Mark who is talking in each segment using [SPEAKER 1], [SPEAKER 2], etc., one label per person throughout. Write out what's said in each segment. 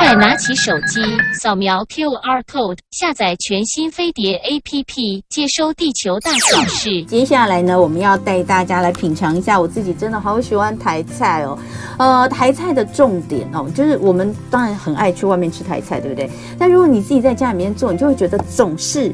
[SPEAKER 1] 再拿起手机，扫描 QR code，下载全新飞碟 APP，接收地球大小事。
[SPEAKER 2] 接下来呢，我们要带大家来品尝一下，我自己真的好喜欢台菜哦。呃，台菜的重点哦，就是我们当然很爱去外面吃台菜，对不对？但如果你自己在家里面做，你就会觉得总是。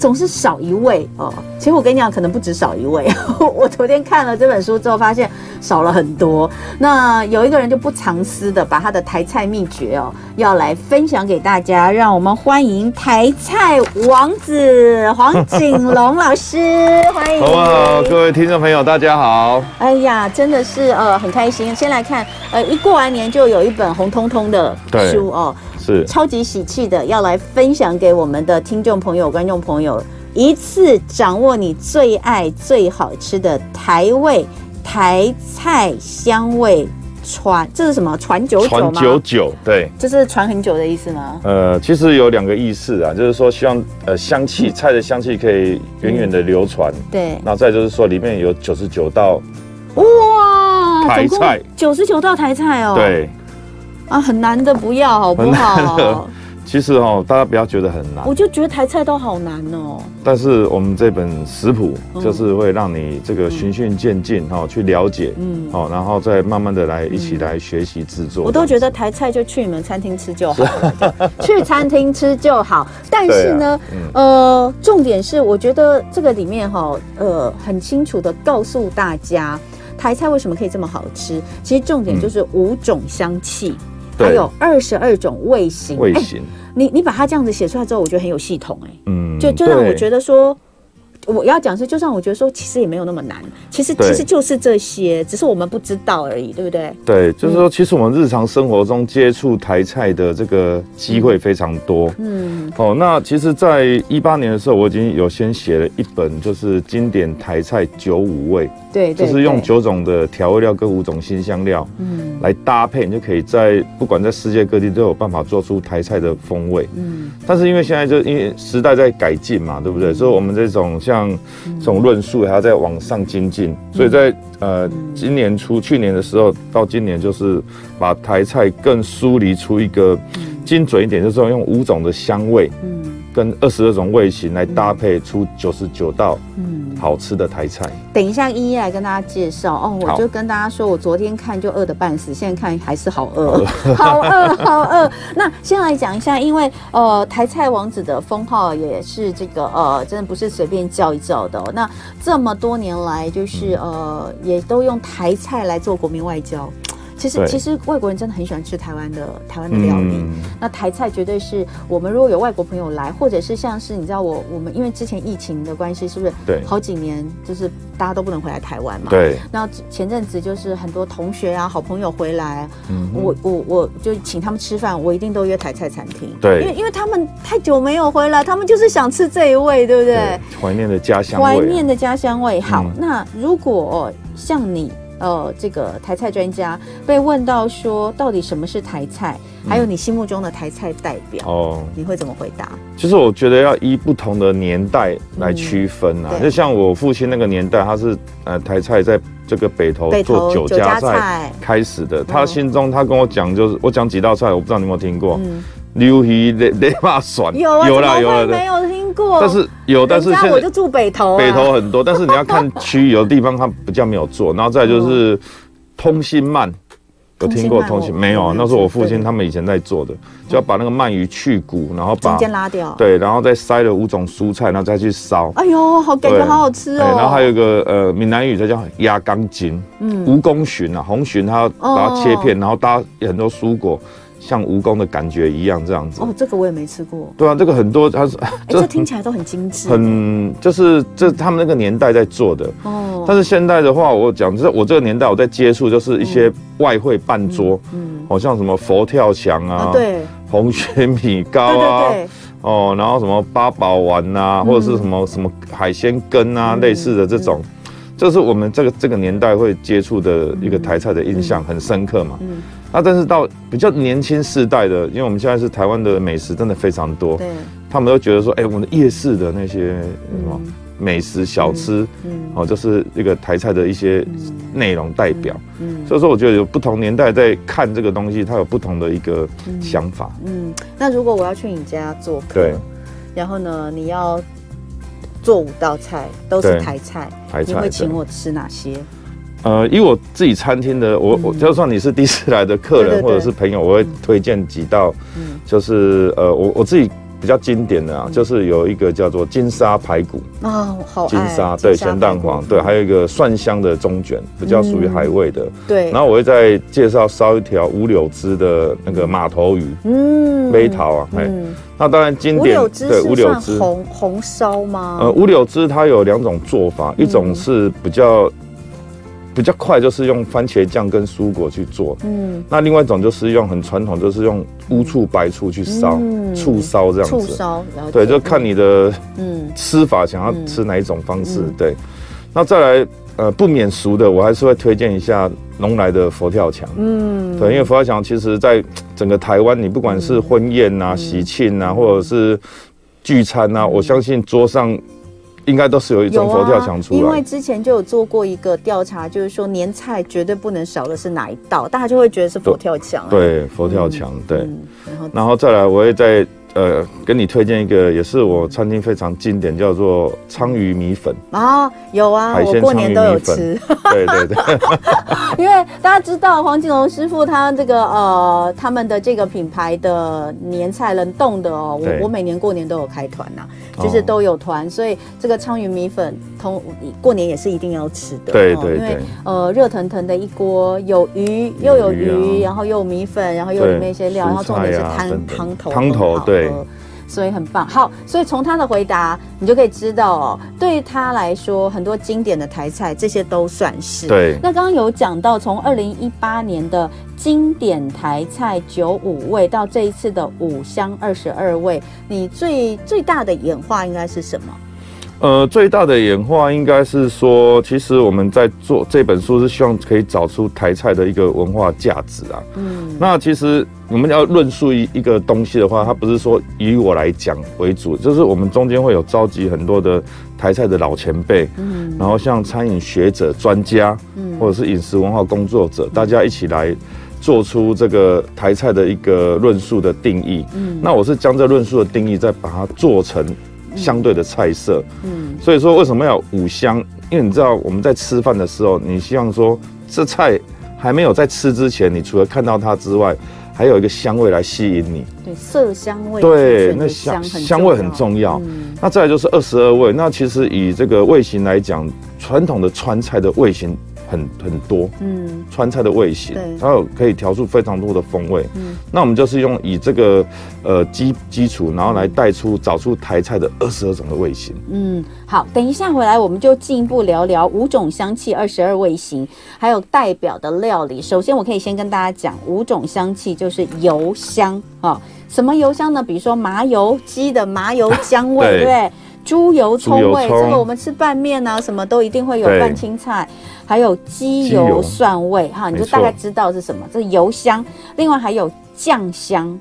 [SPEAKER 2] 总是少一位哦，其实我跟你讲，可能不止少一位。 我昨天看了这本书之后，发现少了很多。那有一个人就不藏私的把他的台菜秘诀哦，要来分享给大家，让我们欢迎台菜王子黄景龙老师，欢 迎。
[SPEAKER 3] Hello，各位听众朋友，大家好。
[SPEAKER 2] 哎呀，真的是呃很开心。先来看，呃，一过完年就有一本红彤彤的
[SPEAKER 3] 对
[SPEAKER 2] 书哦，
[SPEAKER 3] 是
[SPEAKER 2] 超级喜气的，要来分享给我们的听众朋友、观众朋友，一次掌握你最爱、最好吃的台味、台菜香味传，这是什么？传久久
[SPEAKER 3] 传
[SPEAKER 2] 吗？
[SPEAKER 3] 九九，对，
[SPEAKER 2] 这是传很久的意思吗？
[SPEAKER 3] 呃，其实有两个意思啊，就是说希望呃香气菜的香气可以源远的流传，
[SPEAKER 2] 对，
[SPEAKER 3] 那、再就是说里面有九十九道，
[SPEAKER 2] 哇，
[SPEAKER 3] 台菜
[SPEAKER 2] 九十九道台菜哦，
[SPEAKER 3] 对，
[SPEAKER 2] 啊，很难的，不要好不
[SPEAKER 3] 很难的
[SPEAKER 2] 好？
[SPEAKER 3] 其实哦大家不要觉得很难
[SPEAKER 2] 我，就觉得台菜都好难哦，
[SPEAKER 3] 但是我们这本食谱
[SPEAKER 2] 嗯
[SPEAKER 3] 就是会让你这个循序渐进哈、哦，去了解，
[SPEAKER 2] 嗯。
[SPEAKER 3] 哦，然后再慢慢的来一起来学习制作，
[SPEAKER 2] 我都觉得台菜就去你们餐厅吃就好 了，去餐厅吃就好。但是呢，
[SPEAKER 3] 啊
[SPEAKER 2] 呃，重点是我觉得这个里面哈、呃，很清楚的告诉大家。台菜为什么可以这么好吃？其实重点就是五种香气，
[SPEAKER 3] 嗯对
[SPEAKER 2] 还有二十二种味型。
[SPEAKER 3] 味
[SPEAKER 2] 哎
[SPEAKER 3] 型，
[SPEAKER 2] 你你把它这样子写出来之后，我觉得很有系统哎、
[SPEAKER 3] 嗯
[SPEAKER 2] 就就让我觉
[SPEAKER 3] 得
[SPEAKER 2] 得说，我要讲是，就让我觉得说，其实也没有那么难，其实
[SPEAKER 3] 对
[SPEAKER 2] 其实就是这些，只是我们不知道而已，对不对？
[SPEAKER 3] 对，就
[SPEAKER 2] 嗯
[SPEAKER 3] 是说其实我们日常生活中接触台菜的这个机会非常多，
[SPEAKER 2] 嗯，
[SPEAKER 3] 哦，那其实，在一八年的时候，我已经有先写了一本，就是经典台菜九五味，
[SPEAKER 2] 对对，
[SPEAKER 3] 就是用
[SPEAKER 2] 对
[SPEAKER 3] 九种的调味料跟五种新香料
[SPEAKER 2] 嗯
[SPEAKER 3] 来搭配，你就可以在不管在世界各地都有办法做出台菜的风味。
[SPEAKER 2] 嗯
[SPEAKER 3] 但是因为现在就因为时代在改进嘛，对不对？所以我们这种像
[SPEAKER 2] 嗯
[SPEAKER 3] 这种论述还要再往上精进，所以在呃今年初去年的时候到今年，就是把台菜更梳理出一个精准一点，就是用五种的香味。
[SPEAKER 2] 嗯
[SPEAKER 3] 跟二十二种味型来搭配出九十九道
[SPEAKER 2] 嗯，
[SPEAKER 3] 好吃的台菜。
[SPEAKER 2] 等一下一一来跟大家介绍哦。我
[SPEAKER 3] 好
[SPEAKER 2] 就跟大家说，我昨天看就饿得半死，现在看还是好 饿，好饿，好饿。那先来讲一下，因为呃，台菜王子的封号也是这个呃，真的不是随便叫一叫的、哦。那这么多年来，就是
[SPEAKER 3] 嗯
[SPEAKER 2] 呃，也都用台菜来做国民外交。其实
[SPEAKER 3] 对嗯
[SPEAKER 2] 其实外国人真的很喜欢吃台湾的台湾的料理。那台菜绝对是我们如果有外国朋友来，或者是像是你知道我我们因为之前疫情的关系，是不是
[SPEAKER 3] 对
[SPEAKER 2] 好几年就是大家都不能回来台湾嘛？。
[SPEAKER 3] 对，
[SPEAKER 2] 那前阵子就是很多同学啊、好朋友回来，
[SPEAKER 3] 嗯哼
[SPEAKER 2] 我我我就请他们吃饭，我一定都约台菜餐厅。
[SPEAKER 3] 对
[SPEAKER 2] 因为因为他们太久没有回来，他们就是想吃这一味，对不对？，
[SPEAKER 3] 怀念的家乡味啊，
[SPEAKER 2] 怀念的家乡味。好，
[SPEAKER 3] 嗯
[SPEAKER 2] 那如果像你。呃，这个台菜专家被问到说，到底什么是台菜，
[SPEAKER 3] 嗯
[SPEAKER 2] 还有你心目中的台菜代表，
[SPEAKER 3] 哦。
[SPEAKER 2] 你会怎么回答？
[SPEAKER 3] 其实我觉得要依不同的年代来区分啊
[SPEAKER 2] 嗯，对
[SPEAKER 3] 就像我父亲那个年代，他是呃台菜在这个北投
[SPEAKER 2] 北投
[SPEAKER 3] 做酒
[SPEAKER 2] 酒家
[SPEAKER 3] 家
[SPEAKER 2] 菜嗯
[SPEAKER 3] 菜开始的。他心中他跟我讲，就是我讲几道菜，我不知道你有没有听过，溜鱼雷雷霸蒜，
[SPEAKER 2] 嗯有啊，
[SPEAKER 3] 嗯有
[SPEAKER 2] 怎
[SPEAKER 3] 啦
[SPEAKER 2] 么
[SPEAKER 3] 有
[SPEAKER 2] 会
[SPEAKER 3] 啦，
[SPEAKER 2] 没
[SPEAKER 3] 对
[SPEAKER 2] 有听过。
[SPEAKER 3] 但是有，但是
[SPEAKER 2] 人
[SPEAKER 3] 现
[SPEAKER 2] 家
[SPEAKER 3] 在
[SPEAKER 2] 我就住北投、啊，
[SPEAKER 3] 北投很多，但是你要看区域，有的地方它比较没有做。然后再来就是通心鳗，有听过
[SPEAKER 2] 嗯通
[SPEAKER 3] 通
[SPEAKER 2] 心鳗
[SPEAKER 3] 心
[SPEAKER 2] 我
[SPEAKER 3] 没
[SPEAKER 2] 我
[SPEAKER 3] 有？啊
[SPEAKER 2] 没有
[SPEAKER 3] 那是我父
[SPEAKER 2] 吃对
[SPEAKER 3] 亲他们以前在做的，就要把那个鳗鱼去骨，然后
[SPEAKER 2] 中
[SPEAKER 3] 把
[SPEAKER 2] 间拉掉。，
[SPEAKER 3] 对，然后再塞了五种蔬菜，然后再去烧。
[SPEAKER 2] 哎呦，好感觉
[SPEAKER 3] 对
[SPEAKER 2] 好好吃哦。
[SPEAKER 3] 对，哎然后还有一个呃，闽南语它叫鸭缸筋，
[SPEAKER 2] 嗯
[SPEAKER 3] 蜈蚣鲟啊，红鲟它
[SPEAKER 2] 哦
[SPEAKER 3] 把它切片，然后搭很多蔬果，像蜈蚣的感觉一样这样子。
[SPEAKER 2] 哦，这个我也没吃过，
[SPEAKER 3] 对啊，这个很多它是
[SPEAKER 2] 哎，
[SPEAKER 3] 这
[SPEAKER 2] 这听起来都很精致。
[SPEAKER 3] 很就是这他们那个年代在做的，
[SPEAKER 2] 哦，
[SPEAKER 3] 但是现在的话，我讲就是我这个年代我在接触就是一些外汇办桌，
[SPEAKER 2] 嗯
[SPEAKER 3] 好、像什么佛跳墙啊，
[SPEAKER 2] 啊，对
[SPEAKER 3] 红雪米
[SPEAKER 2] 对
[SPEAKER 3] 糕啊，
[SPEAKER 2] 对
[SPEAKER 3] 哦，然后什么八宝丸
[SPEAKER 2] 嗯
[SPEAKER 3] 啊，或者是什么什么海鲜羹啊，类似的这种。
[SPEAKER 2] 嗯
[SPEAKER 3] 这是我们这个这个年代会接触的一个台菜的印象很深刻嘛。
[SPEAKER 2] 嗯
[SPEAKER 3] 那但是到比较年轻世代的，因为我们现在是台湾的美食真的非常多
[SPEAKER 2] 对，对，
[SPEAKER 3] 他们都觉得说，哎、我们的夜市的那些什么、美食小吃，
[SPEAKER 2] 嗯
[SPEAKER 3] 哦，就是一个台菜的一些内容代表。
[SPEAKER 2] 嗯
[SPEAKER 3] 所以说，我觉得有不同年代在看这个东西，它有不同的一个想法。
[SPEAKER 2] 嗯。那如果我要去你家做客，
[SPEAKER 3] 对，
[SPEAKER 2] 然后呢，你要做五道菜，都是
[SPEAKER 3] 对
[SPEAKER 2] 台菜，
[SPEAKER 3] 台
[SPEAKER 2] 你会
[SPEAKER 3] 菜
[SPEAKER 2] 请
[SPEAKER 3] 对
[SPEAKER 2] 我吃哪些？
[SPEAKER 3] 呃，以我自己餐厅的，我我就算你是第一次来的
[SPEAKER 2] 嗯
[SPEAKER 3] 客
[SPEAKER 2] 对对嗯对
[SPEAKER 3] 人或者是朋友，我会推荐几道
[SPEAKER 2] 嗯，
[SPEAKER 3] 就是呃，我我自己比较经典的啊，就是有一个叫做金沙排骨，
[SPEAKER 2] 啊、我好爱
[SPEAKER 3] 金沙对咸蛋
[SPEAKER 2] 排骨嗯
[SPEAKER 3] 黄，对，还有一个蒜香的中卷，比较属于海味的。
[SPEAKER 2] 对，
[SPEAKER 3] 然后我会再介绍烧一条五柳枝的那个马头鱼。
[SPEAKER 2] 嗯
[SPEAKER 3] 杯桃啊，哎、
[SPEAKER 2] 嗯，
[SPEAKER 3] 那当然经
[SPEAKER 2] 五
[SPEAKER 3] 典
[SPEAKER 2] 柳枝
[SPEAKER 3] 对
[SPEAKER 2] 是算红红烧吗？
[SPEAKER 3] 呃，五柳枝它有两种做法，
[SPEAKER 2] 嗯
[SPEAKER 3] 一种是比较比较快，就是用番茄酱跟蔬果去做；
[SPEAKER 2] 嗯，
[SPEAKER 3] 那另外一种就是用很传统，就是用乌醋、白醋去烧
[SPEAKER 2] 嗯，
[SPEAKER 3] 醋烧这样
[SPEAKER 2] 醋
[SPEAKER 3] 子。
[SPEAKER 2] 烧，了解
[SPEAKER 3] 对，就看你的
[SPEAKER 2] 嗯
[SPEAKER 3] 吃法想
[SPEAKER 2] 嗯
[SPEAKER 3] 要吃哪一种方式
[SPEAKER 2] 嗯。
[SPEAKER 3] 对，那再来呃不免俗的，我还是会推荐一下龙来的佛跳墙。
[SPEAKER 2] 嗯，
[SPEAKER 3] 对，因为佛跳墙其实在整个台湾，你不管是婚宴
[SPEAKER 2] 嗯
[SPEAKER 3] 啊、喜庆啊，或者是聚餐啊，我相信桌上应该都是有一种
[SPEAKER 2] 有
[SPEAKER 3] 佛
[SPEAKER 2] 啊，
[SPEAKER 3] 跳墙出
[SPEAKER 2] 因为
[SPEAKER 3] 来。
[SPEAKER 2] 之前就有做过一个调查，就是说年菜绝对不能少的是哪一道，大家就会觉得是佛跳墙、哎，
[SPEAKER 3] 对，佛跳墙，对。
[SPEAKER 2] 嗯，然后
[SPEAKER 3] 然后再来，我会再呃跟你推荐一个，也是我餐厅非常经典，叫做鲳鱼 米粉。
[SPEAKER 2] 啊，有啊，
[SPEAKER 3] 海
[SPEAKER 2] 我
[SPEAKER 3] 鲜
[SPEAKER 2] 过年都有
[SPEAKER 3] 苍
[SPEAKER 2] 吃
[SPEAKER 3] 蝇，对对对，
[SPEAKER 2] 因为大家知道黄景龙师傅他这个呃他们的这个品牌的年菜冷冻的哦，
[SPEAKER 3] 对
[SPEAKER 2] 我我每年过年都有开团呐、
[SPEAKER 3] 哦
[SPEAKER 2] 就是都有团，所以这个鲳鱼米粉同过年也是一定要吃的，
[SPEAKER 3] 对
[SPEAKER 2] 哦
[SPEAKER 3] 对
[SPEAKER 2] 因为
[SPEAKER 3] 对
[SPEAKER 2] 呃热腾腾的一锅有鱼，又有
[SPEAKER 3] 鱼啊
[SPEAKER 2] 鱼，然后又有米粉，然后又有
[SPEAKER 3] 对
[SPEAKER 2] 里面一些料，
[SPEAKER 3] 蔬
[SPEAKER 2] 然后重点是
[SPEAKER 3] 菜啊
[SPEAKER 2] 汤
[SPEAKER 3] 等等
[SPEAKER 2] 汤头
[SPEAKER 3] 汤头
[SPEAKER 2] 很好喝呃
[SPEAKER 3] 对。
[SPEAKER 2] 所以很棒，好，所以从他的回答，你就可以知道哦，对于他来说，很多经典的台菜，这些都算是。
[SPEAKER 3] 对
[SPEAKER 2] 那刚刚有讲到，从二零一八年的经典台菜九五味到这一次的五香二十二味，你最最大的演化应该是什么？
[SPEAKER 3] 呃，最大的演化应该是说，其实我们在做这本书是希望可以找出台菜的一个文化价值啊。
[SPEAKER 2] 嗯
[SPEAKER 3] 那其实我们要论述一一个东西的话，它不是说以我来讲为主，就是我们中间会有召集很多的台菜的老前辈，
[SPEAKER 2] 嗯
[SPEAKER 3] 然后像餐饮学者、专家，
[SPEAKER 2] 嗯
[SPEAKER 3] 或者是饮食文化工作者，大家一起来做出这个台菜的一个论述的定义。
[SPEAKER 2] 嗯
[SPEAKER 3] 那我是将这论述的定义再把它做成相对的菜色。
[SPEAKER 2] 嗯
[SPEAKER 3] 所以说为什么要有五香？因为你知道我们在吃饭的时候，你希望说这菜还没有在吃之前，你除了看到它之外，还有一个香味来吸引你。
[SPEAKER 2] 对，色香味
[SPEAKER 3] 对
[SPEAKER 2] 俱全的
[SPEAKER 3] 那香
[SPEAKER 2] 很重
[SPEAKER 3] 香味很重要
[SPEAKER 2] 嗯
[SPEAKER 3] 那再来就是二十二味，那其实以这个味型来讲，传统的川菜的味型很很多，
[SPEAKER 2] 嗯
[SPEAKER 3] 川菜的味型
[SPEAKER 2] 对，
[SPEAKER 3] 它有可以调出非常多的风味。
[SPEAKER 2] 嗯
[SPEAKER 3] 那我们就是用以这个呃基基础，然后来带出找出台菜的二十二种的味型。
[SPEAKER 2] 嗯，好，等一下回来我们就进一步聊聊五种香气、二十二味型，还有代表的料理。首先，我可以先跟大家讲五种香气，就是油香啊、哦什么油香呢？比如说麻油鸡的麻油香味，
[SPEAKER 3] 对
[SPEAKER 2] 对不对？猪油葱味，
[SPEAKER 3] 猪油葱
[SPEAKER 2] 这个我们吃拌面啊，什么都一定会有
[SPEAKER 3] 对
[SPEAKER 2] 拌青菜，还有鸡
[SPEAKER 3] 鸡油
[SPEAKER 2] 油蒜味哈，你就
[SPEAKER 3] 没错
[SPEAKER 2] 大概知道是什么，这是油香。另外还有酱香。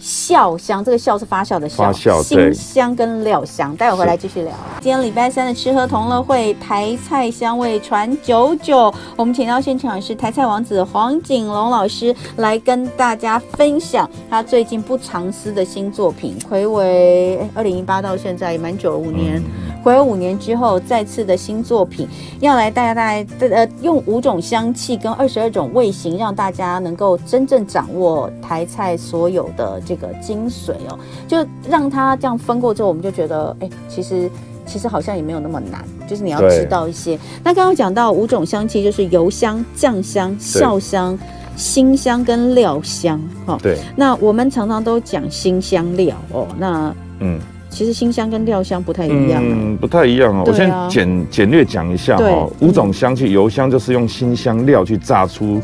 [SPEAKER 2] 酵香，这个酵是发酵的酵，
[SPEAKER 3] 发酵
[SPEAKER 2] 辛
[SPEAKER 3] 对
[SPEAKER 2] 香跟料香，待会回来继续聊。今天礼拜三的吃喝同乐会，台菜香味传九九，我们请到现场是台菜王子黄景龙老师来跟大家分享他最近不藏私的新作品。魁伟二零一八到现在也满九五年，回归五年之后再次的新作品，要来带大家呃用五种香气跟二十二种味型，让大家能够真正掌握台菜所有的这个精髓哦。就让它这样分过之后，我们就觉得哎、其实。其实好像也没有那么难，就是你要
[SPEAKER 3] 对
[SPEAKER 2] 知道一些。那刚刚讲到五种香气，就是油香、酱香、酵香、辛香跟料香。哈、哦，
[SPEAKER 3] 对，
[SPEAKER 2] 那我们常常都讲辛香料哦，那
[SPEAKER 3] 嗯。
[SPEAKER 2] 其实辛香跟料香不太一样、啊
[SPEAKER 3] 嗯，不太一样哦。
[SPEAKER 2] 对
[SPEAKER 3] 我
[SPEAKER 2] 啊
[SPEAKER 3] 先简简略讲一下哦，
[SPEAKER 2] 对
[SPEAKER 3] 五种香气，油香就是用新香料去炸出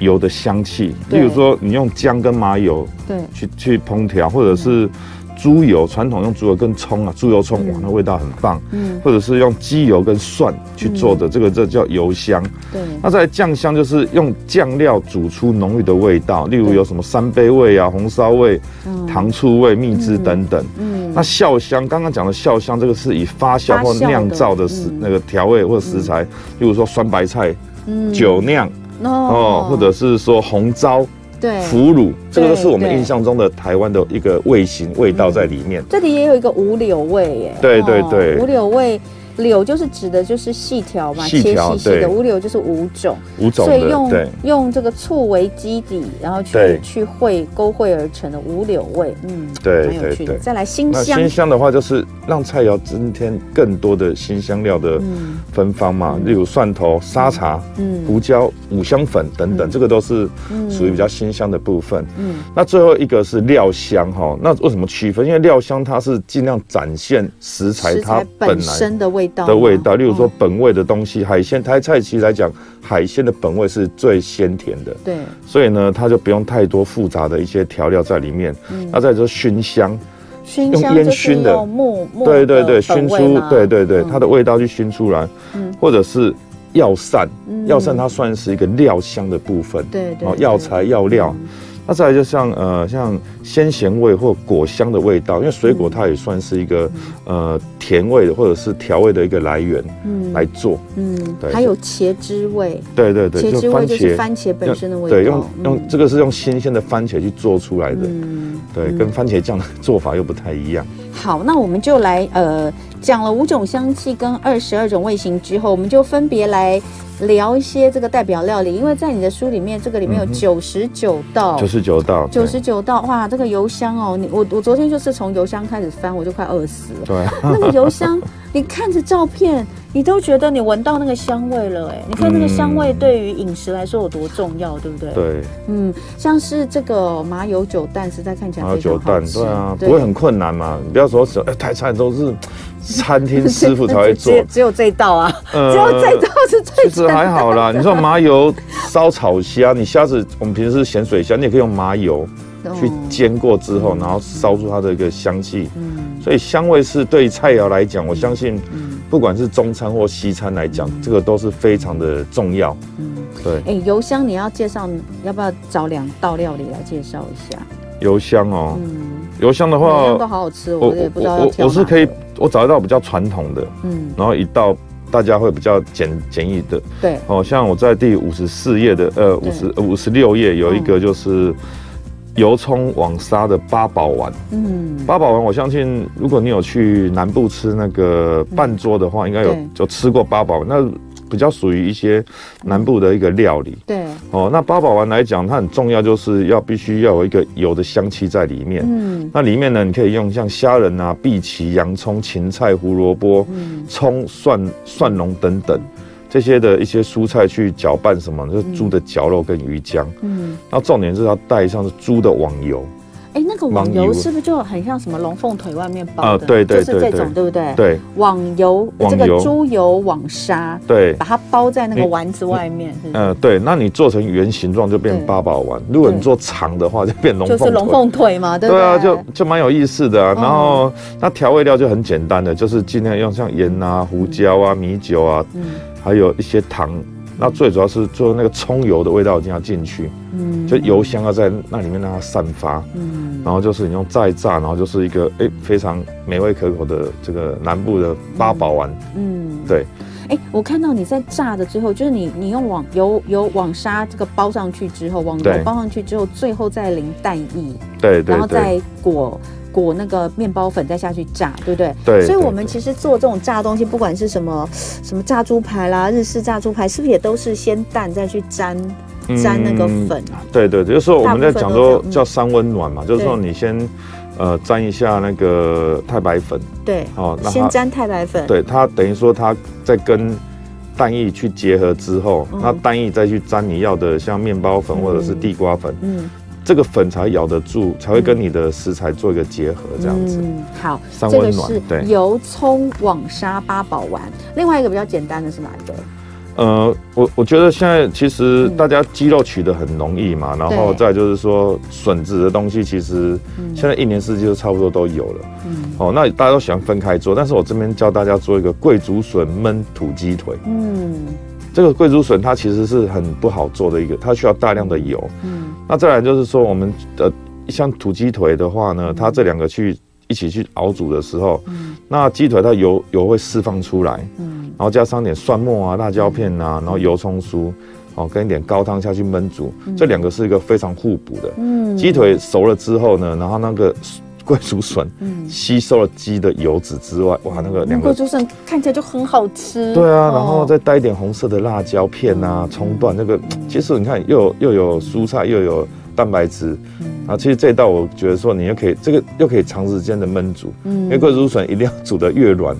[SPEAKER 3] 油的香气，
[SPEAKER 2] 对
[SPEAKER 3] 例如说你用姜跟麻油
[SPEAKER 2] 对，
[SPEAKER 3] 去去烹调，或者
[SPEAKER 2] 嗯
[SPEAKER 3] 是猪油，传统用猪油跟葱啊，猪油葱哇，那味道很棒，
[SPEAKER 2] 嗯，
[SPEAKER 3] 或者是用鸡油跟蒜去做的，这个这叫油香。
[SPEAKER 2] 对，
[SPEAKER 3] 那在酱香就是用酱料煮出浓郁的味道，例如有什么三杯味啊、红烧味、
[SPEAKER 2] 嗯
[SPEAKER 3] 糖醋味、蜜汁等等。
[SPEAKER 2] 嗯，
[SPEAKER 3] 那酵香，刚刚讲的酵香，这个是以发酵或
[SPEAKER 2] 发酵的
[SPEAKER 3] 酿造的食
[SPEAKER 2] 嗯
[SPEAKER 3] 那个调味或食材，例如说酸白菜、
[SPEAKER 2] 嗯
[SPEAKER 3] 酒酿哦，或者是说红糟、
[SPEAKER 2] 对，
[SPEAKER 3] 腐乳，这个都是我们
[SPEAKER 2] 对
[SPEAKER 3] 印象中的台湾的一个味型味道在里面。
[SPEAKER 2] 这里也有一个五柳味耶，
[SPEAKER 3] 对对对
[SPEAKER 2] 五柳味。柳就是指的就是细条嘛，
[SPEAKER 3] 细
[SPEAKER 2] 切
[SPEAKER 3] 条
[SPEAKER 2] 细细的。
[SPEAKER 3] 对
[SPEAKER 2] 五柳就是五种，
[SPEAKER 3] 五种
[SPEAKER 2] 嗯所以
[SPEAKER 3] 的，
[SPEAKER 2] 用
[SPEAKER 3] 对
[SPEAKER 2] 用这个醋为基底，然后去
[SPEAKER 3] 对
[SPEAKER 2] 去烩勾烩而成的五柳味，嗯，
[SPEAKER 3] 对
[SPEAKER 2] 蛮有
[SPEAKER 3] 对
[SPEAKER 2] 趣的。
[SPEAKER 3] 对
[SPEAKER 2] 再来新
[SPEAKER 3] 那
[SPEAKER 2] 香
[SPEAKER 3] 新，香的话，就是让菜肴增添更多的新香料的
[SPEAKER 2] 嗯
[SPEAKER 3] 芬芳嘛，例如蒜头、沙茶、
[SPEAKER 2] 嗯
[SPEAKER 3] 胡椒、五香粉等等，这个都是
[SPEAKER 2] 嗯
[SPEAKER 3] 属于比较新香的部分。
[SPEAKER 2] 嗯，
[SPEAKER 3] 那最后一个是料香哈，那为什么区分？因为料香它是尽量展现食材
[SPEAKER 2] 食
[SPEAKER 3] 它
[SPEAKER 2] 材
[SPEAKER 3] 本
[SPEAKER 2] 本
[SPEAKER 3] 来
[SPEAKER 2] 身的味道
[SPEAKER 3] 的味
[SPEAKER 2] 吗
[SPEAKER 3] 道，例如说
[SPEAKER 2] 哦嗯
[SPEAKER 3] 本味的东西，海鲜台菜其实来讲，海鲜的本味是最鲜甜的，
[SPEAKER 2] 对，
[SPEAKER 3] 所以呢，它就不用太多复杂的一些调料在里面。
[SPEAKER 2] 嗯
[SPEAKER 3] 那再就是熏香，
[SPEAKER 2] 熏
[SPEAKER 3] 啊用
[SPEAKER 2] 香
[SPEAKER 3] 烟
[SPEAKER 2] 就是
[SPEAKER 3] 熏的
[SPEAKER 2] 用木木
[SPEAKER 3] 对对
[SPEAKER 2] 的
[SPEAKER 3] 对，
[SPEAKER 2] 本
[SPEAKER 3] 熏
[SPEAKER 2] 味
[SPEAKER 3] 出
[SPEAKER 2] 嘛
[SPEAKER 3] 对对对
[SPEAKER 2] 嗯
[SPEAKER 3] 它的味道去熏出来，或者是药膳，药膳它算是一个料香的部分，
[SPEAKER 2] 嗯对对嗯
[SPEAKER 3] 哦，
[SPEAKER 2] 对
[SPEAKER 3] 药材药料。那再来就像呃像鲜咸味或果香的味道，因为水
[SPEAKER 2] 嗯
[SPEAKER 3] 果它也算是一个呃甜味的或者是调味的一个来源来做，
[SPEAKER 2] 嗯，
[SPEAKER 3] 对
[SPEAKER 2] 还有茄汁味，
[SPEAKER 3] 对对对，
[SPEAKER 2] 茄汁味就是番
[SPEAKER 3] 茄
[SPEAKER 2] 茄本身的味道，
[SPEAKER 3] 对，用用
[SPEAKER 2] 嗯
[SPEAKER 3] 这个是用新鲜的番茄去做出来的，
[SPEAKER 2] 嗯
[SPEAKER 3] 对，跟番茄酱的做法又不太一样。
[SPEAKER 2] 好，那我们就来呃讲了五种香气跟二十二种味型之后，我们就分别来聊一些这个代表料理，因为在你的书里面，这个里面有九十九道。
[SPEAKER 3] 嗯九十九道，
[SPEAKER 2] 哦九十九道哇，这个油香哦，你我我昨天就是从油香开始翻，我就快饿死了。
[SPEAKER 3] 对对
[SPEAKER 2] 那个油香，你看着照片，你都觉得你闻到那个香味了，哎，你看那个香味
[SPEAKER 3] 嗯
[SPEAKER 2] 对于饮食来说有多重要，对不对？，
[SPEAKER 3] 对。
[SPEAKER 2] 嗯，像是这个麻油酒蛋，实在看起来
[SPEAKER 3] 还有
[SPEAKER 2] 非
[SPEAKER 3] 酒
[SPEAKER 2] 常好
[SPEAKER 3] 蛋，
[SPEAKER 2] 吃，
[SPEAKER 3] 对啊，不 会很困难嘛。你不要说哎，台菜都是餐厅师 傅才会做
[SPEAKER 2] 只，有只有这一道啊，
[SPEAKER 3] 呃
[SPEAKER 2] 只有这一道是最
[SPEAKER 3] 其实还好 啦。你说麻油烧炒虾，你虾子我们平时是咸水虾，你也可以用麻油
[SPEAKER 2] 哦
[SPEAKER 3] 去煎过之后，然后烧出它的一个香气。
[SPEAKER 2] 嗯
[SPEAKER 3] 所以香味是对菜肴来讲，我相信
[SPEAKER 2] 嗯
[SPEAKER 3] 不管是中餐或西餐来讲，这个都是非常的重要。
[SPEAKER 2] 嗯，
[SPEAKER 3] 对，
[SPEAKER 2] 哎，油香你要介绍，要不要找两道料理来介绍一下？
[SPEAKER 3] 油香哦，
[SPEAKER 2] 嗯，
[SPEAKER 3] 油香的
[SPEAKER 2] 每样都
[SPEAKER 3] 话，
[SPEAKER 2] 好好吃，
[SPEAKER 3] 我
[SPEAKER 2] 我也
[SPEAKER 3] 我
[SPEAKER 2] 不知道要
[SPEAKER 3] 我
[SPEAKER 2] 挑
[SPEAKER 3] 我是
[SPEAKER 2] 哪
[SPEAKER 3] 可以
[SPEAKER 2] 个，
[SPEAKER 3] 我找一道比较传统的，
[SPEAKER 2] 嗯，
[SPEAKER 3] 然后一道大家会比较简简易的。
[SPEAKER 2] 对，
[SPEAKER 3] 哦，像我在第五十四页的呃
[SPEAKER 2] 对嗯
[SPEAKER 3] 五十五十六页有一个就是油葱网沙的八宝丸。
[SPEAKER 2] 嗯，
[SPEAKER 3] 八宝丸，我相信如果你有去南部吃那个半桌的话，应该有
[SPEAKER 2] 对
[SPEAKER 3] 有吃过八宝丸，那比较属于一些南部的一个料理。
[SPEAKER 2] 对，
[SPEAKER 3] 哦，那八宝丸来讲，它很重要，就是要必须要有一个油的香气在里面。
[SPEAKER 2] 嗯
[SPEAKER 3] 那里面呢，你可以用像虾仁啊、碧琪、洋葱、芹菜、胡萝卜、
[SPEAKER 2] 嗯
[SPEAKER 3] 葱、蒜、蒜蓉等等这些的一些蔬菜去搅拌什么，就是猪的绞肉跟鱼浆。
[SPEAKER 2] 嗯，
[SPEAKER 3] 那重点是要带上是猪的网油，
[SPEAKER 2] 哎，那个网
[SPEAKER 3] 网
[SPEAKER 2] 油
[SPEAKER 3] 油
[SPEAKER 2] 是不是就很像什么龙凤腿外面包
[SPEAKER 3] 啊
[SPEAKER 2] 的？
[SPEAKER 3] 对对
[SPEAKER 2] 就是
[SPEAKER 3] 对
[SPEAKER 2] 这种，
[SPEAKER 3] 对
[SPEAKER 2] 对不对？，
[SPEAKER 3] 对
[SPEAKER 2] 网油，
[SPEAKER 3] 网
[SPEAKER 2] 这个
[SPEAKER 3] 油
[SPEAKER 2] 猪油网纱，
[SPEAKER 3] 对，
[SPEAKER 2] 把它包在那个
[SPEAKER 3] 你
[SPEAKER 2] 丸子外面，是不是
[SPEAKER 3] 嗯、对。那你做成圆形状就变
[SPEAKER 2] 对
[SPEAKER 3] 八宝丸，如果你
[SPEAKER 2] 对
[SPEAKER 3] 做长的话就变嗯龙凤
[SPEAKER 2] 就是龙
[SPEAKER 3] 腿
[SPEAKER 2] 凤腿嘛，对不哦
[SPEAKER 3] 对
[SPEAKER 2] 对？
[SPEAKER 3] 啊，就就蛮有意思的啊。然后那调味料就很简单的，就是尽量用像盐啊、胡椒啊、米酒啊，
[SPEAKER 2] 嗯
[SPEAKER 3] 还有一些糖。那最主要是做那个葱油的味道一定要进去，
[SPEAKER 2] 嗯
[SPEAKER 3] 就油香要在那里面让它散发。
[SPEAKER 2] 嗯
[SPEAKER 3] 然后就是你用再炸，然后就是一个哎、非常美味可口的这个南部的八宝丸。
[SPEAKER 2] 嗯，
[SPEAKER 3] 对，
[SPEAKER 2] 哎，我看到你在炸的之后，就是你你用网油油网纱这个包上去之后，网油
[SPEAKER 3] 对
[SPEAKER 2] 包上去之后，最后再淋蛋液，
[SPEAKER 3] 对对
[SPEAKER 2] 然后
[SPEAKER 3] 对
[SPEAKER 2] 再裹。裹那个面包粉再下去炸，对不对？
[SPEAKER 3] 对
[SPEAKER 2] 所以，
[SPEAKER 3] 对
[SPEAKER 2] 我们其实做这种炸东西，不管是什么什么炸猪排啦、日式炸猪排，是不是也都是先蛋再去沾沾那个
[SPEAKER 3] 嗯
[SPEAKER 2] 粉？
[SPEAKER 3] 对对，就是说我们在
[SPEAKER 2] 大
[SPEAKER 3] 讲
[SPEAKER 2] 部分都
[SPEAKER 3] 说
[SPEAKER 2] 这样嗯
[SPEAKER 3] 叫三温暖嘛，就是说你先呃沾一下那个太白粉
[SPEAKER 2] 对，
[SPEAKER 3] 哦，让它
[SPEAKER 2] 先沾太白粉。，
[SPEAKER 3] 对它等于说它在跟蛋液去结合之后，
[SPEAKER 2] 嗯
[SPEAKER 3] 那蛋液再去沾你要的像面包粉或者是地瓜粉，
[SPEAKER 2] 嗯，
[SPEAKER 3] 这个粉才咬得住，才会跟你的食材做一个结合，这样子。
[SPEAKER 2] 嗯、好，
[SPEAKER 3] 三
[SPEAKER 2] 这个
[SPEAKER 3] 温暖
[SPEAKER 2] 是
[SPEAKER 3] 对
[SPEAKER 2] 油葱网沙八宝丸，另外一个比较简单的是哪一个？
[SPEAKER 3] 呃，我我觉得现在其实
[SPEAKER 2] 嗯
[SPEAKER 3] 大家鸡肉取得很容易嘛，然后
[SPEAKER 2] 对
[SPEAKER 3] 再就是说笋子的东西，其实现在一年四季都差不多都有了。
[SPEAKER 2] 嗯
[SPEAKER 3] 哦，那大家都喜欢分开做，但是我这边教大家做一个桂竹笋焖土鸡腿。
[SPEAKER 2] 嗯
[SPEAKER 3] 这个桂竹笋它其实是很不好做的一个，它需要大量的油。
[SPEAKER 2] 嗯
[SPEAKER 3] 呃那再来就是说，我们的像土鸡腿的话呢，它这两个去一起去熬煮的时候，那鸡腿它油油会释放出来，
[SPEAKER 2] 嗯
[SPEAKER 3] 然后加上点蒜末啊、辣椒片啊，然后油葱酥。哦，跟一点高汤下去焖煮，这两个是一个非常互补的。嗯，鸡腿熟了之后呢，然后那个 桂竹笋
[SPEAKER 2] 嗯
[SPEAKER 3] 吸收了鸡的油脂之外，哇，那个两
[SPEAKER 2] 桂
[SPEAKER 3] 个
[SPEAKER 2] 竹笋看起来就很好吃。
[SPEAKER 3] 对啊，
[SPEAKER 2] 哦
[SPEAKER 3] 然后再带一点红色的辣椒片啊、葱段，那个其实你看又有又有蔬菜又有蛋白质，啊，其实这一道我觉得说你又可以这个又可以长时间的焖煮，
[SPEAKER 2] 嗯
[SPEAKER 3] 因为桂竹笋一定要煮得越软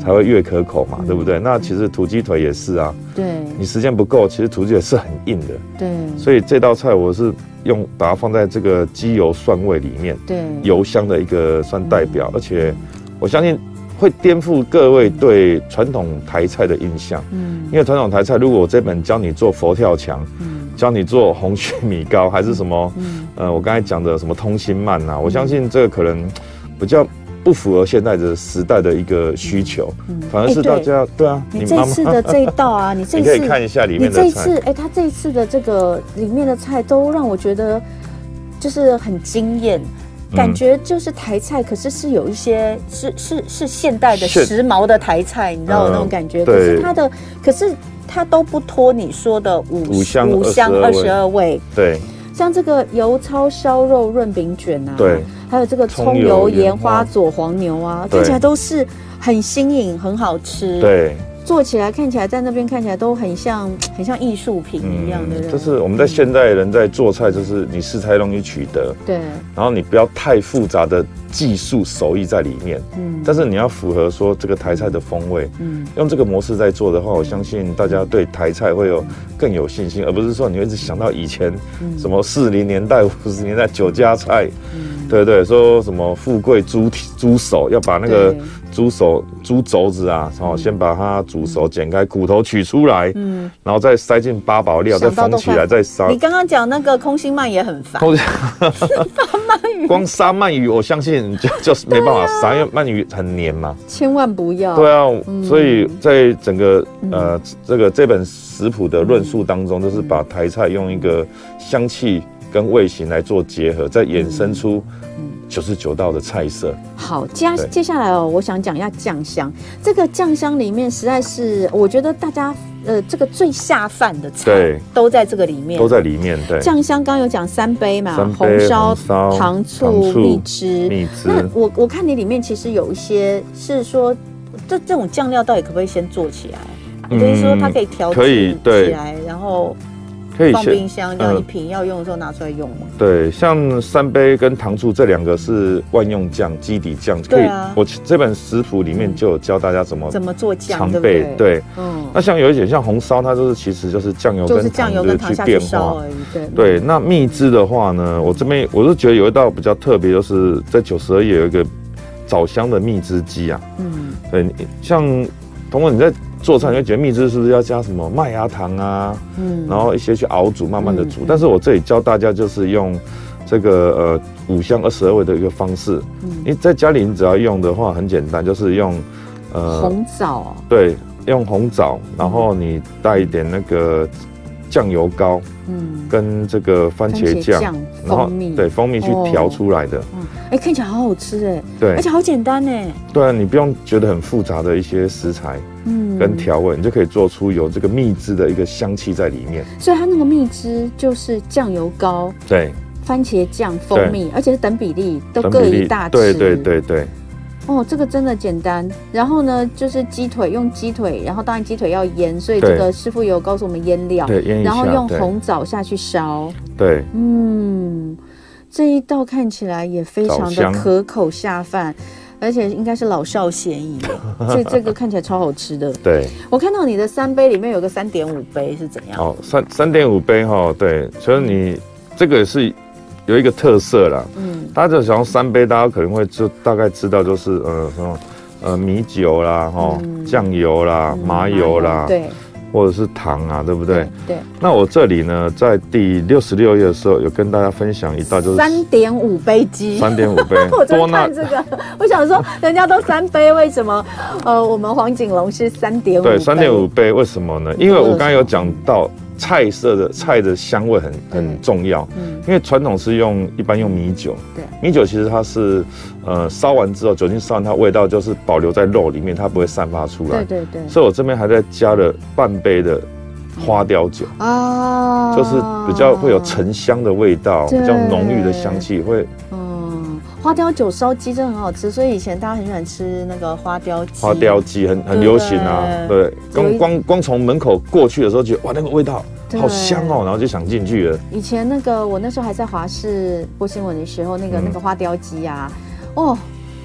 [SPEAKER 3] 才会越可口嘛，对不对？那其实土鸡腿也是啊，
[SPEAKER 4] 对
[SPEAKER 3] 你时间不够，其实土鸡腿是很硬的，
[SPEAKER 4] 对
[SPEAKER 3] 所以这道菜我是用把它放在这个鸡油蒜味里面，
[SPEAKER 4] 对，
[SPEAKER 3] 油香的一个算代表，而且我相信会颠覆各位对传统台菜的印象。
[SPEAKER 4] 嗯
[SPEAKER 3] 因为传统台菜，如果我这本教你做佛跳墙，
[SPEAKER 4] 嗯
[SPEAKER 3] 教你做红曲米糕，还是什么，
[SPEAKER 4] 嗯
[SPEAKER 3] 呃，我刚才讲的什么通心鳗呐、我相信这个可能比较不符合现在的时代的一个需求，反而是
[SPEAKER 2] 哎对
[SPEAKER 3] 大家对啊，
[SPEAKER 2] 你这次的这一道啊，你这
[SPEAKER 3] 你
[SPEAKER 2] 一
[SPEAKER 3] 可
[SPEAKER 2] 次
[SPEAKER 3] 以看一下里
[SPEAKER 2] 你
[SPEAKER 3] 面
[SPEAKER 2] 这
[SPEAKER 3] 的
[SPEAKER 2] 一
[SPEAKER 3] 菜
[SPEAKER 2] 次，，哎、他这一次的这个里面的菜都让我觉得就是很惊艳，
[SPEAKER 3] 嗯
[SPEAKER 2] 感觉就是台菜，可是是有一些是是是现代的
[SPEAKER 3] 是
[SPEAKER 2] 时髦的台菜，你知道有
[SPEAKER 3] 嗯
[SPEAKER 2] 那种感觉。
[SPEAKER 3] 对
[SPEAKER 2] 可是它的，可是它都不脱你说的五
[SPEAKER 3] 五香
[SPEAKER 2] 五香
[SPEAKER 3] 22
[SPEAKER 2] 二十二味，
[SPEAKER 3] 对
[SPEAKER 2] 像这个油抄烧肉润饼卷啊，
[SPEAKER 3] 对，
[SPEAKER 2] 还有这个
[SPEAKER 3] 葱
[SPEAKER 2] 葱
[SPEAKER 3] 油
[SPEAKER 2] 油
[SPEAKER 3] 盐
[SPEAKER 2] 盐花
[SPEAKER 3] 花
[SPEAKER 2] 左黄牛啊，
[SPEAKER 3] 对
[SPEAKER 2] 看起来都是很新颖，很好吃。。
[SPEAKER 3] 对，
[SPEAKER 2] 做起来看起来在那边看起来都很像很像艺术品一样，对不对？
[SPEAKER 3] 嗯就是我们在现代人在做菜，就是你食材容易取得，
[SPEAKER 2] 对，
[SPEAKER 3] 然后你不要太复杂的技术手艺在里面，
[SPEAKER 2] 嗯
[SPEAKER 3] 但是你要符合说这个台菜的风味，
[SPEAKER 2] 嗯
[SPEAKER 3] 用这个模式在做的话，我相信大家对台菜会有更有信心，而不是说你会一直想到以前
[SPEAKER 2] 嗯
[SPEAKER 3] 什么四零年代、五十年代酒家菜，对对，说什么富贵猪蹄猪手，要把那个
[SPEAKER 2] 对
[SPEAKER 3] 猪手猪肘子啊，然后先把它煮熟，剪开骨头取出来，
[SPEAKER 2] 嗯。
[SPEAKER 3] 然后再塞进八宝料，再
[SPEAKER 2] 想到
[SPEAKER 3] 封
[SPEAKER 2] 都
[SPEAKER 3] 起来，
[SPEAKER 2] 快
[SPEAKER 3] 再烧
[SPEAKER 2] 你。刚刚讲那个空心鳗也很烦，
[SPEAKER 3] 偷光杀鳗鱼，我相信就 就是没办法杀，因为鳗鱼很黏嘛。
[SPEAKER 2] 千万不要。
[SPEAKER 3] 对啊，
[SPEAKER 2] 嗯
[SPEAKER 3] 所以在整个呃这个这本食谱的论述当中，就是把台菜用一个香气跟味型来做结合，再衍生出
[SPEAKER 2] 嗯
[SPEAKER 3] 九十九道的菜色。
[SPEAKER 2] 好，接
[SPEAKER 3] 对
[SPEAKER 2] 接下来哦，我想讲一下酱香。这个酱香里面实在是，我觉得大家呃，这个最下饭的菜
[SPEAKER 3] 对
[SPEAKER 2] 都在这个里面，
[SPEAKER 3] 都在里面。对，
[SPEAKER 2] 酱香刚刚有讲三杯嘛，
[SPEAKER 3] 三杯
[SPEAKER 2] 红烧、
[SPEAKER 3] 红烧
[SPEAKER 2] 糖
[SPEAKER 3] 糖
[SPEAKER 2] 醋、
[SPEAKER 3] 醋
[SPEAKER 2] 蜜汁、
[SPEAKER 3] 蜜汁
[SPEAKER 2] 那我我看你里面其实有一些是说，这这种酱料到底可不可以先做起来？
[SPEAKER 3] 嗯
[SPEAKER 2] 你的意思说它可以调
[SPEAKER 3] 可以
[SPEAKER 2] 制
[SPEAKER 3] 对
[SPEAKER 2] 起来，然后
[SPEAKER 3] 可以
[SPEAKER 2] 放
[SPEAKER 3] 先
[SPEAKER 2] 冰箱，这样一
[SPEAKER 3] 嗯
[SPEAKER 2] 瓶要用的时候拿出来用吗？
[SPEAKER 3] 对，像三杯跟糖醋这两个是万用酱、基底酱，可
[SPEAKER 2] 对
[SPEAKER 3] 以
[SPEAKER 2] 啊。
[SPEAKER 3] 我这本食谱里面就有教大家怎么
[SPEAKER 2] 怎么做
[SPEAKER 3] 常
[SPEAKER 2] 酱，对不
[SPEAKER 3] 备
[SPEAKER 2] 对？，
[SPEAKER 3] 对。
[SPEAKER 2] 嗯，
[SPEAKER 3] 那像有一点像红烧，它就是其实就是酱油
[SPEAKER 2] 就是
[SPEAKER 3] 跟
[SPEAKER 2] 酱
[SPEAKER 3] 糖
[SPEAKER 2] 油
[SPEAKER 3] 就
[SPEAKER 2] 跟
[SPEAKER 3] 是
[SPEAKER 2] 糖
[SPEAKER 3] 去
[SPEAKER 2] 下去
[SPEAKER 3] 变
[SPEAKER 2] 烧
[SPEAKER 3] 化。
[SPEAKER 2] 而已，对，嗯
[SPEAKER 3] 对，那蜜汁的话呢，我这边我是觉得有一道比较特别，就是在九十二页有一个枣香的蜜汁鸡啊。
[SPEAKER 2] 嗯，
[SPEAKER 3] 对，你像同文你在做菜，你会觉得蜜汁是不是要加什么麦芽糖啊，
[SPEAKER 2] 嗯
[SPEAKER 3] 然后一些去熬煮，慢慢的煮。
[SPEAKER 2] 嗯嗯
[SPEAKER 3] 但是我这里教大家就是用这个呃五香二十二味的一个方
[SPEAKER 2] 嗯
[SPEAKER 3] 式。你在家里你只要用的话很简单，就是用呃
[SPEAKER 4] 红枣
[SPEAKER 2] 啊
[SPEAKER 3] 对用红枣，然后你带一点那个酱油膏
[SPEAKER 4] 嗯
[SPEAKER 3] 跟这个番
[SPEAKER 4] 番
[SPEAKER 3] 茄
[SPEAKER 4] 茄
[SPEAKER 3] 酱。
[SPEAKER 4] 酱
[SPEAKER 3] 然后
[SPEAKER 4] 蜂蜜
[SPEAKER 3] 对蜂蜜去调出来的，
[SPEAKER 2] 哎，看起来好好吃哎，而
[SPEAKER 3] 对
[SPEAKER 2] 且好简单哎，
[SPEAKER 3] 对啊，你不用觉得很复杂的一些食材
[SPEAKER 2] 嗯
[SPEAKER 3] 跟调味，你就可以做出有这个蜜汁的一个香气在里面。
[SPEAKER 2] 所以它那个蜜汁就是酱油膏、
[SPEAKER 3] 对，
[SPEAKER 2] 番茄酱、蜂蜜，而且是等比例，都
[SPEAKER 3] 等
[SPEAKER 2] 各
[SPEAKER 3] 比
[SPEAKER 2] 一
[SPEAKER 3] 例
[SPEAKER 2] 大匙。
[SPEAKER 3] 对对。对对
[SPEAKER 2] 哦，这个真的简单。然后呢，就是鸡腿，用鸡腿，然后当然鸡腿要腌，所以
[SPEAKER 3] 对
[SPEAKER 2] 这个师傅有告诉我们腌料，
[SPEAKER 3] 对，腌一
[SPEAKER 2] 哦然后
[SPEAKER 3] 下
[SPEAKER 2] 用，
[SPEAKER 3] 对
[SPEAKER 2] 红枣下去烧。
[SPEAKER 3] 对
[SPEAKER 2] 嗯，这一道看起来也非常
[SPEAKER 3] 枣
[SPEAKER 2] 的
[SPEAKER 3] 香
[SPEAKER 2] 可口下饭。而且应该是老少咸宜， 这这个看起来超好吃的。
[SPEAKER 3] 对。
[SPEAKER 2] 我看到你的三杯里面有个三点五杯是怎样？
[SPEAKER 3] 哦，三三点五杯哈，对，所以你这个是有一个特色啦。
[SPEAKER 2] 嗯，
[SPEAKER 3] 大家想要三杯，大家可能会就大概知道就是呃什么呃米酒啦，
[SPEAKER 2] 嗯
[SPEAKER 3] 哈、酱油啦，啊麻油啦，
[SPEAKER 2] 对
[SPEAKER 3] 或者是糖啊，对不对？
[SPEAKER 2] 嗯对，
[SPEAKER 3] 那我这里呢，在第六十六页的时候，有跟大家分享一道就是
[SPEAKER 2] 三点五杯鸡。
[SPEAKER 3] 三点五杯
[SPEAKER 2] 我就看这个， 我想说，人家都三杯，为什么？呃，我们黄景龙是三点五，
[SPEAKER 3] 对，三点五，杯，为什么呢？因为我刚刚有讲到菜色的菜的香味很很重要，
[SPEAKER 2] 嗯
[SPEAKER 3] 因为传统是用一般用米酒，
[SPEAKER 2] 对，
[SPEAKER 3] 米酒其实它是呃烧完之后酒精烧完它味道就是保留在肉里面，它不会散发出来
[SPEAKER 2] 对，对对，
[SPEAKER 3] 啊所以我这边还在加了半杯的花雕酒，
[SPEAKER 2] 哦，
[SPEAKER 3] 就是比较会有沉香的味道，比
[SPEAKER 2] 对
[SPEAKER 3] 较浓郁的香气会
[SPEAKER 2] 嗯，花雕酒烧鸡真的很好吃，所以以前大家很喜欢吃那个花雕鸡。
[SPEAKER 3] 花雕鸡很很流行啊，
[SPEAKER 2] 对
[SPEAKER 3] 对，光光光从门口过去的时候觉得哇那个味道
[SPEAKER 2] 对
[SPEAKER 3] 好香哦，然后就想进去了，
[SPEAKER 2] 以前那个我那时候还在华视播新闻的时候，那个、
[SPEAKER 3] 嗯
[SPEAKER 2] 那个花雕鸡啊，哦，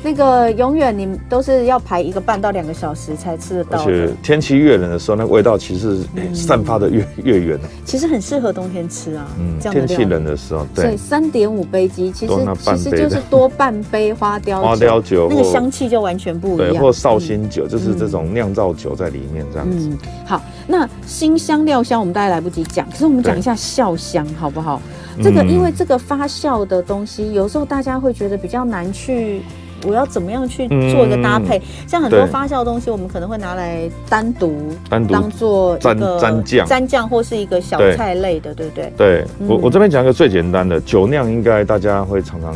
[SPEAKER 2] 那个永远你都是要排一个半到两个小时才吃得
[SPEAKER 3] 而
[SPEAKER 2] 到
[SPEAKER 3] 且
[SPEAKER 2] 的。
[SPEAKER 3] 天气越冷的时候，那个味道其实哎
[SPEAKER 2] 嗯
[SPEAKER 3] 散发的越越远了，
[SPEAKER 2] 其实很适合冬天吃啊，
[SPEAKER 3] 嗯，
[SPEAKER 2] 这样的
[SPEAKER 3] 天
[SPEAKER 2] 料
[SPEAKER 3] 气
[SPEAKER 2] 理
[SPEAKER 3] 冷的时候，
[SPEAKER 2] 所以
[SPEAKER 3] 对，
[SPEAKER 2] 三点五杯鸡其实
[SPEAKER 3] 多那半
[SPEAKER 2] 其实
[SPEAKER 3] 杯
[SPEAKER 2] 就
[SPEAKER 3] 的
[SPEAKER 2] 是多半杯花雕酒
[SPEAKER 3] 花雕酒
[SPEAKER 2] 那个
[SPEAKER 3] 或
[SPEAKER 2] 香气就完全不一
[SPEAKER 3] 对，
[SPEAKER 2] 样。
[SPEAKER 3] 或绍兴酒就是这种酿造酒在里面这样子。
[SPEAKER 2] 嗯，好，那新香料香我们大概来不及讲，可是我们讲一下酵香好不好？这个
[SPEAKER 3] 嗯
[SPEAKER 2] 因为这个发酵的东西，有时候大家会觉得比较难去。我要怎么样去做一个搭配？像很多
[SPEAKER 3] 嗯对
[SPEAKER 2] 发酵的东西，我们可能会拿来单独
[SPEAKER 3] 单独
[SPEAKER 2] 当做一
[SPEAKER 3] 蘸
[SPEAKER 2] 个
[SPEAKER 3] 蘸酱
[SPEAKER 2] 蘸酱或是一个小
[SPEAKER 3] 对
[SPEAKER 2] 菜类的，对不对？
[SPEAKER 3] 对我
[SPEAKER 2] 嗯
[SPEAKER 3] 我这边讲一个最简单的酒酿，应该大家会常常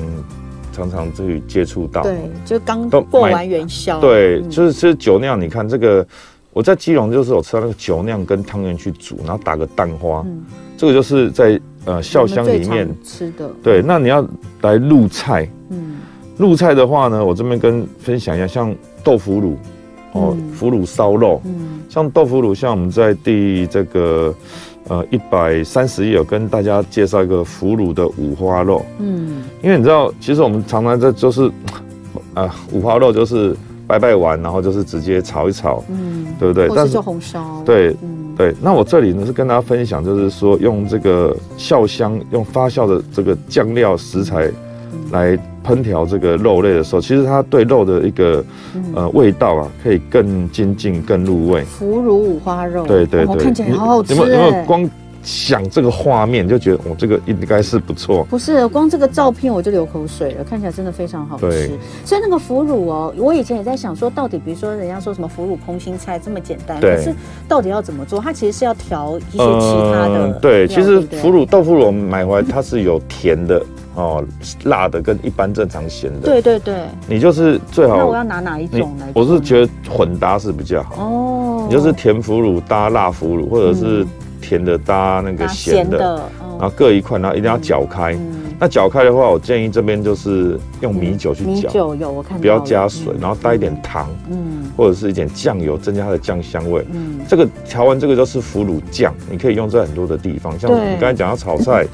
[SPEAKER 3] 常常去接触到。
[SPEAKER 2] 对，就刚
[SPEAKER 3] 都
[SPEAKER 2] 过
[SPEAKER 3] 买
[SPEAKER 2] 完元宵，
[SPEAKER 3] 对，
[SPEAKER 2] 嗯
[SPEAKER 3] 就是吃酒酿，你看这个。我在基隆就是有吃到那个酒酿跟汤圆去煮，然后打个蛋花，
[SPEAKER 2] 嗯
[SPEAKER 3] 这个就是在呃
[SPEAKER 2] 我
[SPEAKER 3] 酵
[SPEAKER 2] 们
[SPEAKER 3] 香
[SPEAKER 2] 最
[SPEAKER 3] 里
[SPEAKER 2] 常
[SPEAKER 3] 面。
[SPEAKER 2] 吃的，
[SPEAKER 3] 对，那你要来入菜，
[SPEAKER 2] 嗯，
[SPEAKER 3] 入菜的话呢，我这边跟分享一下，像豆腐乳，哦
[SPEAKER 2] 嗯，
[SPEAKER 3] 腐乳烧肉，
[SPEAKER 2] 嗯
[SPEAKER 3] 像豆腐乳，像我们在第这个呃一百三十页有跟大家介绍一个腐乳的五花肉，
[SPEAKER 2] 嗯，
[SPEAKER 3] 因为你知道，其实我们常常这就是， 啊、五花肉就是拜拜完，然后就是直接炒一炒，
[SPEAKER 2] 嗯，
[SPEAKER 3] 对不对？
[SPEAKER 2] 或是做红烧，，
[SPEAKER 3] 对
[SPEAKER 2] 嗯，
[SPEAKER 3] 对，那我这里呢是跟大家分享，就是说用这个酵香，用发酵的这个酱料食材来烹调这个肉类的时候，其实它对肉的一个
[SPEAKER 2] 嗯
[SPEAKER 3] 呃味道啊，可以更精进、更入味。
[SPEAKER 2] 腐乳五花肉，
[SPEAKER 3] 对对
[SPEAKER 2] 我
[SPEAKER 3] 对，
[SPEAKER 2] 哦看起来好好吃
[SPEAKER 3] 你有没有有没
[SPEAKER 2] 哎
[SPEAKER 3] 有。光想这个画面就觉得我、哦这个应该是不错？
[SPEAKER 2] 不是，光这个照片我就流口水了，看起来真的非常好吃
[SPEAKER 3] 对。
[SPEAKER 2] 所以那个腐乳哦，我以前也在想说，到底比如说人家说什么腐乳空心菜这么简单，
[SPEAKER 3] 对
[SPEAKER 2] 可是到底要怎么做？它其实是要调一些其他的料、
[SPEAKER 3] 嗯呃对，其实
[SPEAKER 2] 不对
[SPEAKER 3] 腐乳豆腐乳我们买回来它是有甜的哦，辣的跟一般正常咸的。，
[SPEAKER 2] 对对对。
[SPEAKER 3] 你就是最
[SPEAKER 2] 那我
[SPEAKER 3] 好
[SPEAKER 2] 要拿哪一
[SPEAKER 3] 你
[SPEAKER 2] 种来，做
[SPEAKER 3] 哦我
[SPEAKER 2] 呢？
[SPEAKER 3] 是觉得混搭是比较好，
[SPEAKER 2] 哦，
[SPEAKER 3] 你就是甜腐乳搭辣腐乳，或者是甜的搭那
[SPEAKER 2] 拿
[SPEAKER 3] 个
[SPEAKER 2] 嗯咸
[SPEAKER 3] 咸的，
[SPEAKER 2] 的，嗯
[SPEAKER 3] 然后各一块，然后一定要搅开。
[SPEAKER 2] 嗯
[SPEAKER 3] 那搅开的话，我建议这边就是用米酒去
[SPEAKER 2] 米
[SPEAKER 3] 搅，
[SPEAKER 2] 酒有我看到了，
[SPEAKER 3] 不要加水，
[SPEAKER 2] 嗯
[SPEAKER 3] 然后搭一点糖
[SPEAKER 2] 嗯
[SPEAKER 3] 或者是一点酱油，增加它的酱香味。
[SPEAKER 2] 嗯
[SPEAKER 3] 这个调完这个就是腐乳酱，你可以用在很多的地方，像
[SPEAKER 2] 对
[SPEAKER 3] 你刚才讲到炒菜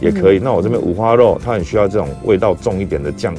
[SPEAKER 3] 也可以。那我这边五花肉，它很需要这种味道重一点的酱。
[SPEAKER 2] 嗯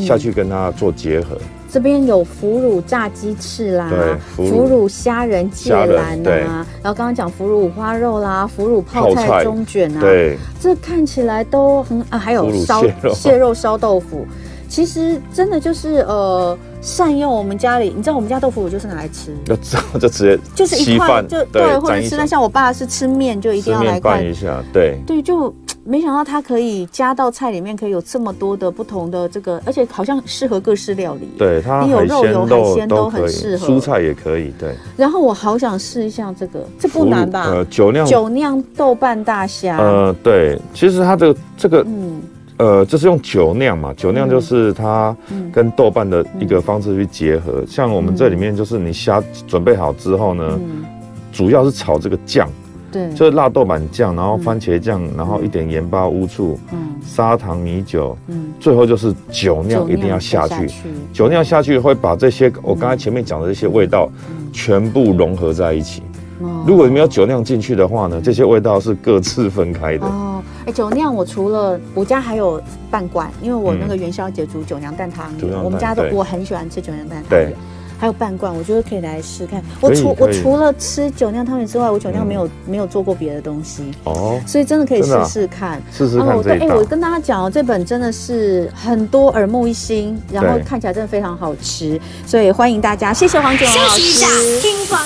[SPEAKER 3] 下去跟它做结合，
[SPEAKER 2] 这边有腐乳炸鸡翅啦
[SPEAKER 3] 对，腐乳
[SPEAKER 2] 腐乳虾仁芥
[SPEAKER 3] 虾
[SPEAKER 2] 兰
[SPEAKER 3] 仁对
[SPEAKER 2] 啊，然后刚刚讲腐乳五花肉啦，腐乳泡
[SPEAKER 3] 泡
[SPEAKER 2] 菜
[SPEAKER 3] 菜
[SPEAKER 2] 中卷啊，，
[SPEAKER 3] 对，
[SPEAKER 2] 这看起来都很啊，还有
[SPEAKER 3] 腐乳
[SPEAKER 2] 烧
[SPEAKER 3] 蟹肉
[SPEAKER 2] 蟹肉烧豆腐，其实真的就是呃，善用我们家里，你知道我们家豆腐我就是拿来吃，
[SPEAKER 3] 就之后就直接
[SPEAKER 2] 就是一
[SPEAKER 3] 稀
[SPEAKER 2] 块
[SPEAKER 3] 饭
[SPEAKER 2] 就对，或者
[SPEAKER 3] 沾一
[SPEAKER 2] 吃
[SPEAKER 3] 下
[SPEAKER 2] 那像我爸是吃面就一定
[SPEAKER 3] 吃
[SPEAKER 2] 要来一
[SPEAKER 3] 面
[SPEAKER 2] 块
[SPEAKER 3] 拌一下，对，
[SPEAKER 2] 对，就没想到它可以加到菜里面，可以有这么多的不同的这个，而且好像适合各式料理。。
[SPEAKER 3] 对，它
[SPEAKER 2] 你有
[SPEAKER 3] 海
[SPEAKER 2] 肉有
[SPEAKER 3] 鲜
[SPEAKER 2] 海鲜都
[SPEAKER 3] 肉都
[SPEAKER 2] 很
[SPEAKER 3] 可以，
[SPEAKER 2] 适合
[SPEAKER 3] 蔬菜也可以，对，
[SPEAKER 2] 然后我好想试一下这个，这不
[SPEAKER 3] 腐乳
[SPEAKER 2] 难吧？
[SPEAKER 3] 呃，酒酿，
[SPEAKER 2] 酒酿豆瓣大虾。
[SPEAKER 3] 呃，对，其实它的这个
[SPEAKER 2] 嗯，
[SPEAKER 3] 呃，就是用酒酿嘛，酒酿就是它
[SPEAKER 2] 嗯
[SPEAKER 3] 跟豆瓣的一个方式去结合。像我们这里面就是你虾准备好之后呢，
[SPEAKER 2] 嗯，
[SPEAKER 3] 主要是炒这个酱，
[SPEAKER 2] 对，
[SPEAKER 3] 就是辣豆瓣酱，然后番茄酱，然后一点盐巴、乌醋、
[SPEAKER 2] 嗯
[SPEAKER 3] 砂糖、米酒，
[SPEAKER 2] 嗯，
[SPEAKER 3] 最后就是酒酿
[SPEAKER 2] 酒
[SPEAKER 3] 一定要
[SPEAKER 2] 再
[SPEAKER 3] 下去。酒酿下去会把这些我刚才前面讲的这些味道全部融合在一起。
[SPEAKER 2] 嗯哦
[SPEAKER 3] 如果没有酒酿进去的话呢，这些味道是各自分开的。
[SPEAKER 2] 哦，哎，酒酿我除了我家还有半罐，因为我那个元宵节煮酒酿蛋汤
[SPEAKER 3] 嗯酒酿
[SPEAKER 2] 圆，
[SPEAKER 3] 蛋
[SPEAKER 2] 我们家都
[SPEAKER 3] 对
[SPEAKER 2] 我很喜欢吃酒酿蛋汤圆
[SPEAKER 3] 对。
[SPEAKER 2] 还有半罐，我觉得可以来试试看。我
[SPEAKER 3] 可以
[SPEAKER 2] 除我
[SPEAKER 3] 可以
[SPEAKER 2] 除了吃酒酿汤圆之外，我酒酿
[SPEAKER 3] 嗯
[SPEAKER 2] 没有、没有做过别的东西，
[SPEAKER 3] 哦，
[SPEAKER 2] 所以真的可以
[SPEAKER 3] 真的
[SPEAKER 2] 试
[SPEAKER 3] 啊
[SPEAKER 2] 试看。
[SPEAKER 3] 试试
[SPEAKER 2] 哦，
[SPEAKER 3] 看
[SPEAKER 2] 我
[SPEAKER 3] 这
[SPEAKER 2] 跟
[SPEAKER 3] 一
[SPEAKER 2] 哎、
[SPEAKER 3] 道
[SPEAKER 2] 我。跟大家讲哦，这本真的是很多耳目一新，然后看起来真的非常好吃，所以欢迎大家，谢谢黄景荣
[SPEAKER 1] 休
[SPEAKER 2] 老师。
[SPEAKER 1] 息一下，听广。